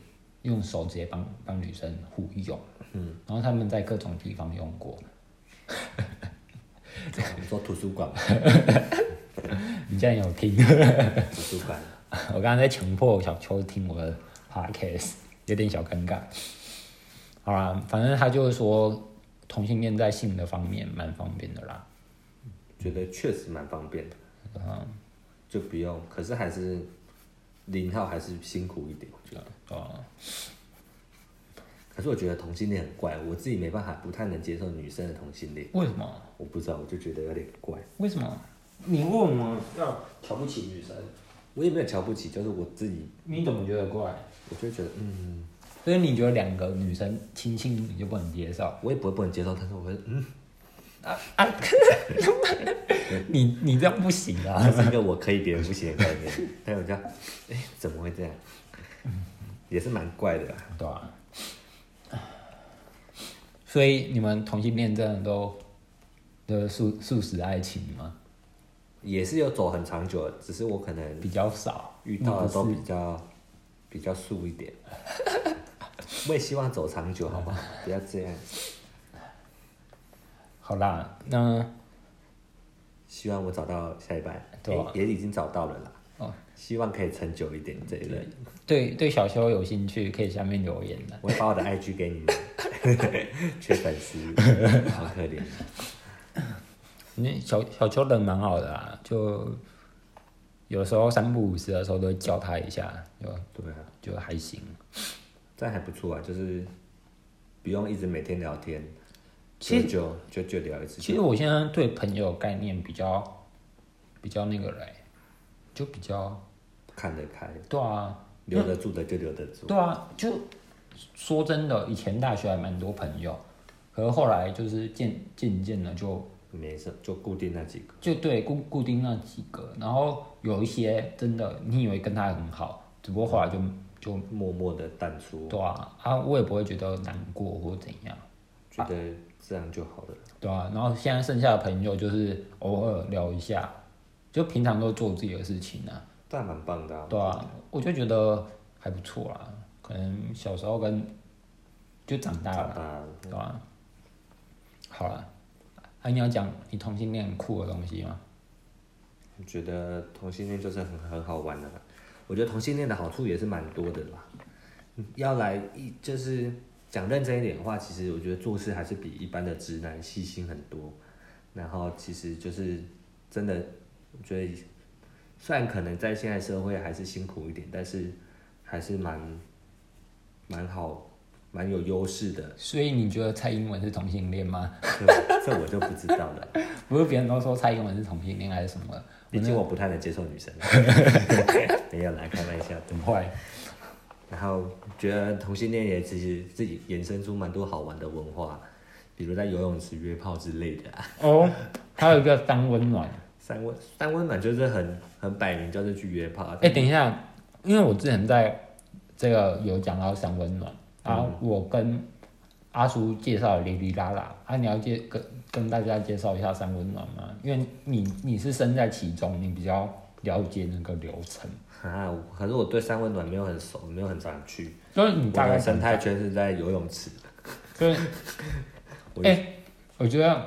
Speaker 2: 用手直接帮帮女生互用，嗯，然后他们在各种地方用过，
Speaker 1: 你说图书馆吗？
Speaker 2: 你竟然有听？
Speaker 1: 图书馆，
Speaker 2: 我刚刚在强迫小秋听我的 podcast，有点小尴尬。好啦，反正他就是说同性恋在性的方面蛮方便的啦，
Speaker 1: 觉得确实蛮方便的，
Speaker 2: 嗯，
Speaker 1: 就不用。可是还是零号还是辛苦一点，我觉得。
Speaker 2: 对啊
Speaker 1: 可是我觉得同性恋很怪，我自己没办法，不太能接受女生的同性恋。
Speaker 2: 为什么？
Speaker 1: 我不知道，我就觉得有点怪。
Speaker 2: 为什么？你问我要瞧不起女生，
Speaker 1: 我也没有瞧不起，就是我自己，
Speaker 2: 你怎么觉得怪？
Speaker 1: 我就觉得，嗯，
Speaker 2: 所以你觉得两个女生亲亲你就不能接 受
Speaker 1: 我也不会不能接受，但是我会，嗯，
Speaker 2: 啊？你你这样不行啊！
Speaker 1: 这是一嗯个我可以，别人不行的概念。但是我就，哎、怎么会这样？也是蛮怪的、啊。
Speaker 2: 对啊。所以你们同性恋真的都的素素食爱情吗？
Speaker 1: 也是有走很长久的，只是我可能
Speaker 2: 比较少
Speaker 1: 遇到的都
Speaker 2: 你
Speaker 1: 比
Speaker 2: 不是
Speaker 1: 较比较素一 点。我也希望走长久，好不好？不要这样。
Speaker 2: 好啦。那
Speaker 1: 希望我找到下一班，
Speaker 2: 对啊
Speaker 1: 也也已经找到了啦。
Speaker 2: 哦，
Speaker 1: 希望可以撑久一点这一类。
Speaker 2: 对对，小修有兴趣可以下面留言啊的。
Speaker 1: 我会把我 的 IG 给你们，缺粉丝，好可怜。
Speaker 2: 那小小秋人蛮好的啦，就有时候三不五时的时候都会叫他一下，就
Speaker 1: 对啊，
Speaker 2: 就还行。
Speaker 1: 这样还不错啊，就是不用一直每天聊天，
Speaker 2: 其
Speaker 1: 久久
Speaker 2: 实
Speaker 1: 久久聊一次。
Speaker 2: 其实我现在对朋友概念比较比较那个嘞，就比较
Speaker 1: 看得开，
Speaker 2: 对啊
Speaker 1: 留得住的就留得住。
Speaker 2: 对啊，就说真的，以前大学还蛮多朋友，可是后来就是渐渐渐的就
Speaker 1: 没事，就固定那几个。
Speaker 2: 就对固固定那几个，然后有一些真的你以为跟他很好，只不过后来就就
Speaker 1: 默默的淡出，
Speaker 2: 对啊啊，我也不会觉得难过或怎样，
Speaker 1: 觉得这样就好了。
Speaker 2: 对啊。然后现在剩下的朋友就是偶尔聊一下，就平常都做自己的事情啊，
Speaker 1: 这样蛮棒的啊！
Speaker 2: 对啊，我就觉得还不错啦。可能小时候跟就长大
Speaker 1: 长
Speaker 2: 了，
Speaker 1: 大了
Speaker 2: 对吧、好了，啊，你要讲你同性恋很酷的东西吗？
Speaker 1: 我觉得同性恋就是很很好玩的啦。我觉得同性恋的好处也是蛮多的啦。嗯要来一就是讲认真一点的话，其实我觉得做事还是比一般的直男细心很多。然后其实就是真的，我觉得虽然可能在现在社会还是辛苦一点，但是还是蛮蛮好、蛮有优势的。
Speaker 2: 所以你觉得蔡英文是同性恋吗？
Speaker 1: 这这我就不知道了。
Speaker 2: 不是别人都说蔡英文是同性恋还是什么的？
Speaker 1: 毕竟我不太能接受女生，没有啦，开玩笑的。
Speaker 2: 很坏。
Speaker 1: 然后觉得同性恋也其实自己衍生出蛮多好玩的文化，比如在游泳池约炮之类的、啊。
Speaker 2: 哦，还有一个三温暖。
Speaker 1: 三温三温暖就是很很摆明就是去约炮啊，
Speaker 2: 哎、等一下，因为我之前在这个有讲到三温暖啊，
Speaker 1: 嗯
Speaker 2: 我跟阿叔介绍了哩哩啦啦啊，你要介跟跟大家介绍一下三温暖吗？因为你你是身在其中，你比较了解那个流程，
Speaker 1: 啊，我可是我对三温暖没有很熟，没有很常去。
Speaker 2: 就是你
Speaker 1: 我
Speaker 2: 嗯大概
Speaker 1: 的生态圈是在游泳池，
Speaker 2: 就是
Speaker 1: 我
Speaker 2: 哎、我觉得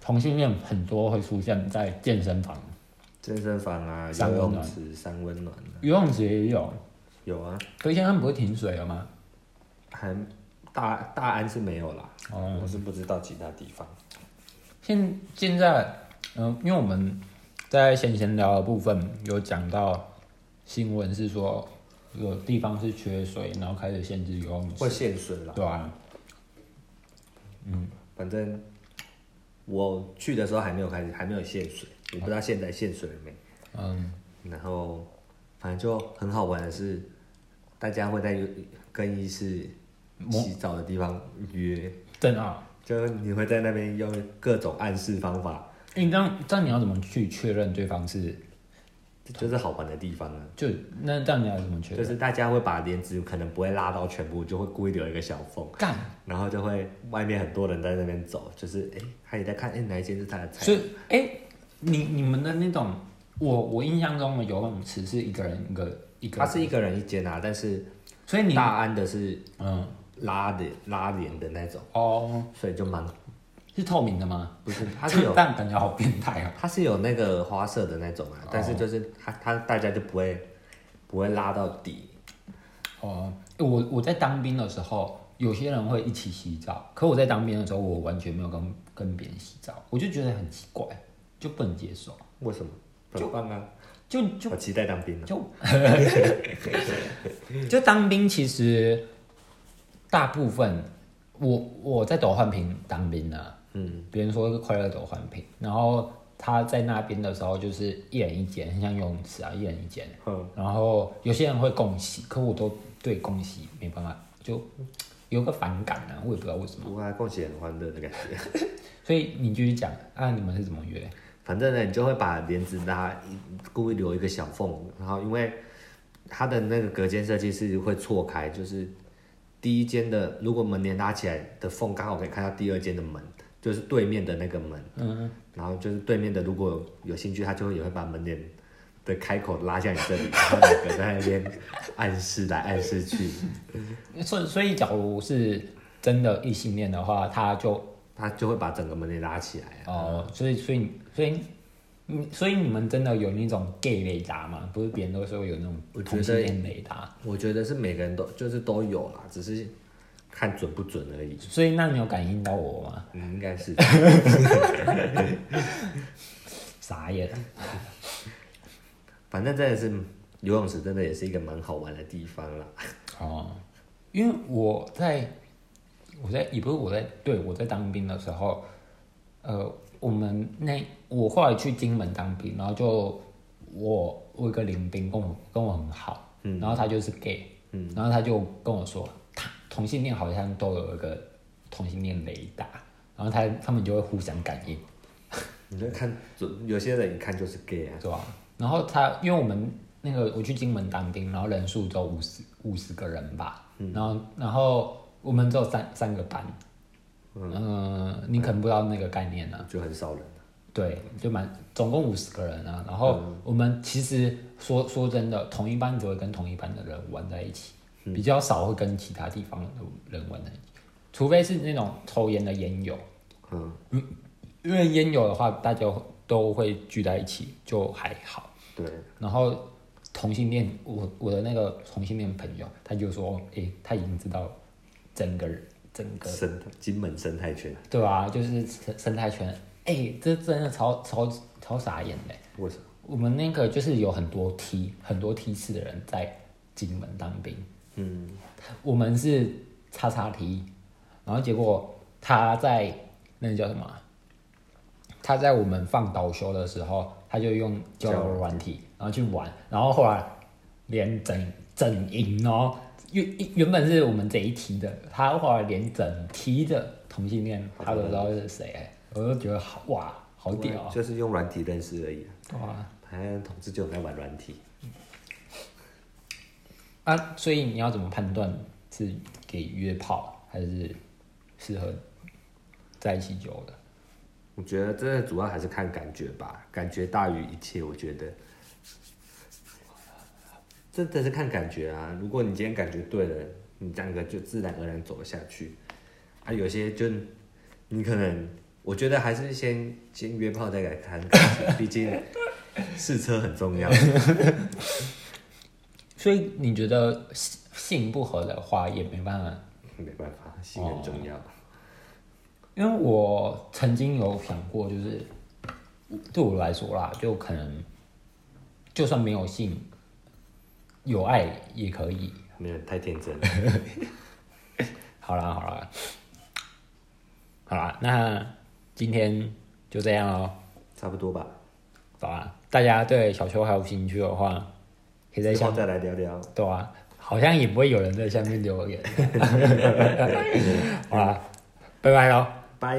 Speaker 2: 同性恋很多会出现在健身房、
Speaker 1: 健身房啊，
Speaker 2: 三
Speaker 1: 游
Speaker 2: 温
Speaker 1: 泳
Speaker 2: 暖
Speaker 1: 池、三温暖啊，
Speaker 2: 游泳池也有，
Speaker 1: 有啊，
Speaker 2: 可是现在他们不会停水了吗？
Speaker 1: 还大大安是没有啦，
Speaker 2: 哦
Speaker 1: 我是不知道其他地方。
Speaker 2: 现现在，嗯、因为我们在闲闲聊的部分有讲到新闻是说有地方是缺水，然后开始限制游泳
Speaker 1: 会
Speaker 2: 池，
Speaker 1: 限水啦。
Speaker 2: 对啊，
Speaker 1: 反正我去的时候还没有开始，还没有限水，我不知道现在限水了没。
Speaker 2: 嗯，
Speaker 1: 然后反正就很好玩的是，大家会在更衣室、洗澡的地方约，
Speaker 2: 真的啊，
Speaker 1: 就是你会在那边用各种暗示方法，
Speaker 2: 因为这样这样你要怎么去确认对方是
Speaker 1: 这就是好玩的地方啊。
Speaker 2: 就那这样你要怎么确
Speaker 1: 就
Speaker 2: 认？
Speaker 1: 是大家会把帘子可能不会拉到全部，就会故意留一个小缝，
Speaker 2: 干，
Speaker 1: 然后就会外面很多人在那边走，就是哎，他也在看哎哪一间是他的菜
Speaker 2: 所以哎、你你们的那种，我我印象中的游泳池是一个人一个一
Speaker 1: 他
Speaker 2: 个，
Speaker 1: 是一个人一间啊，但是
Speaker 2: 所以你
Speaker 1: 大安的是
Speaker 2: 嗯
Speaker 1: 拉的拉帘的那种，
Speaker 2: 哦
Speaker 1: 所以就蛮
Speaker 2: 是透明的吗？
Speaker 1: 不 是，它是有
Speaker 2: 但感觉好变态啊。
Speaker 1: 它是有那个花色的那种啊，但
Speaker 2: 哦
Speaker 1: 是就是它它大家就不会不会拉到底，
Speaker 2: 哦，我我在当兵的时候，有些人会一起洗澡，可我在当兵的时候，我完全没有跟跟别人洗澡，我就觉得很奇怪，就不能接受，
Speaker 1: 为什么？很棒啊！
Speaker 2: 就就
Speaker 1: 我期待当兵了。啊
Speaker 2: 就当兵其实大部分我我在斗焕平当兵啊，
Speaker 1: 嗯，
Speaker 2: 别人说是快乐斗焕平，然后他在那边的时候就是一人一间，很像游泳池啊，一人一间，
Speaker 1: 哼，
Speaker 2: 然后有些人会共洗，可我都对共洗没办法，就有个反感啊，我也不知道为什么。
Speaker 1: 不过还共喜很欢乐的感觉。
Speaker 2: 所以你继续讲啊，你们是怎么约？
Speaker 1: 反正呢，你就会把帘子拉，故意留一个小缝，然后因为它的那个隔间设计是会错开，就是第一间的如果门帘拉起来的缝刚好可以看到第二间的门，就是对面的那个门。
Speaker 2: 嗯，
Speaker 1: 然后就是对面的如果有兴趣，他就会也会把门帘的开口拉向你这里，然后两个在那边暗示来暗示去，
Speaker 2: 所以所以，假如是真的异性恋的话，他就
Speaker 1: 他就会把整个门帘拉起来啊。
Speaker 2: 哦、所以所以所以你所以你们真的有那种 gay 雷达吗？不是别人都说有那种
Speaker 1: 我觉得
Speaker 2: 同性恋雷达，
Speaker 1: 我觉得是每个人都就是都有啦，只是看准不准而已。
Speaker 2: 所以那你有感应到我吗？
Speaker 1: 嗯，应该是
Speaker 2: 傻眼。
Speaker 1: 反正真的是游泳池，真的也是一个蛮好玩的地方啦。
Speaker 2: 哦，因为我在我在也不是我在对我在当兵的时候，呃，我们那我后来去金门当兵，然后就我我有一个领兵跟我跟我很好，嗯，然后他就是 gay，嗯，然后他就跟我说，他同性恋好像都有一个同性恋雷达，然后他他们就会互相感应，
Speaker 1: 你就看准，有些人一看就是 gay 啊，
Speaker 2: 对吧、然后他因为我们那个我去金门当兵，然后人数只有五十五十个人吧，然后然后我们只有三三个班，嗯、你可能不知道那个概念啊，
Speaker 1: 就很少人。
Speaker 2: 对，就蛮总共五十个人啊，然后我们其实说说真的，同一班只会跟同一班的人玩在一起，比较少会跟其他地方的人玩在一起，除非是那种抽烟的烟友，
Speaker 1: 嗯，
Speaker 2: 因为烟友的话，大家都会聚在一起，就还好。
Speaker 1: 对，
Speaker 2: 然后同性恋，我我的那个同性恋朋友，他就说，诶、他已经知道整个整个
Speaker 1: 生态金门生态圈，
Speaker 2: 对啊，就是生生态圈，诶、这真的超超超傻眼嘞！
Speaker 1: 为什么？
Speaker 2: 我们那个就是有很多梯很多梯次的人在金门当兵，
Speaker 1: 嗯，
Speaker 2: 我们是叉叉梯，然后结果他在那个叫什么啊？他在我们放倒休的时候，他就用交友软体，然后去玩，然后后来连整整营哦，原原本是我们这一梯的，他后来连整梯的同性恋，他都知道是谁、哎我就觉得好哇，好屌啊！
Speaker 1: 就是用软体认识而已、啊。
Speaker 2: 哇
Speaker 1: 台湾同志就很爱玩软体，
Speaker 2: 啊，所以你要怎么判断是给约炮还是适合在一起久的？
Speaker 1: 我觉得真的主要还是看感觉吧，感觉大于一切。我觉得，真的是看感觉啊。如果你今天感觉对了，你这样个就自然而然走了下去。啊，有些就你可能，我觉得还是先先约炮再来看感觉，毕竟试车很重要。
Speaker 2: 所以你觉得性性不合的话也没办法，
Speaker 1: 没办法，心很重要。
Speaker 2: 因为我曾经有想过，就是对我来说啦，就可能就算没有性，有爱也可以。
Speaker 1: 没有太天真了。
Speaker 2: 好啦，好啦，好啦，那今天就这样喽，
Speaker 1: 差不多吧，
Speaker 2: 好吧？大家对小秋还有兴趣的话，可以在
Speaker 1: 之
Speaker 2: 下
Speaker 1: 后再来聊聊。
Speaker 2: 对啊，好像也不会有人 啊在下面留言。好啦，拜拜喽。
Speaker 1: 拜。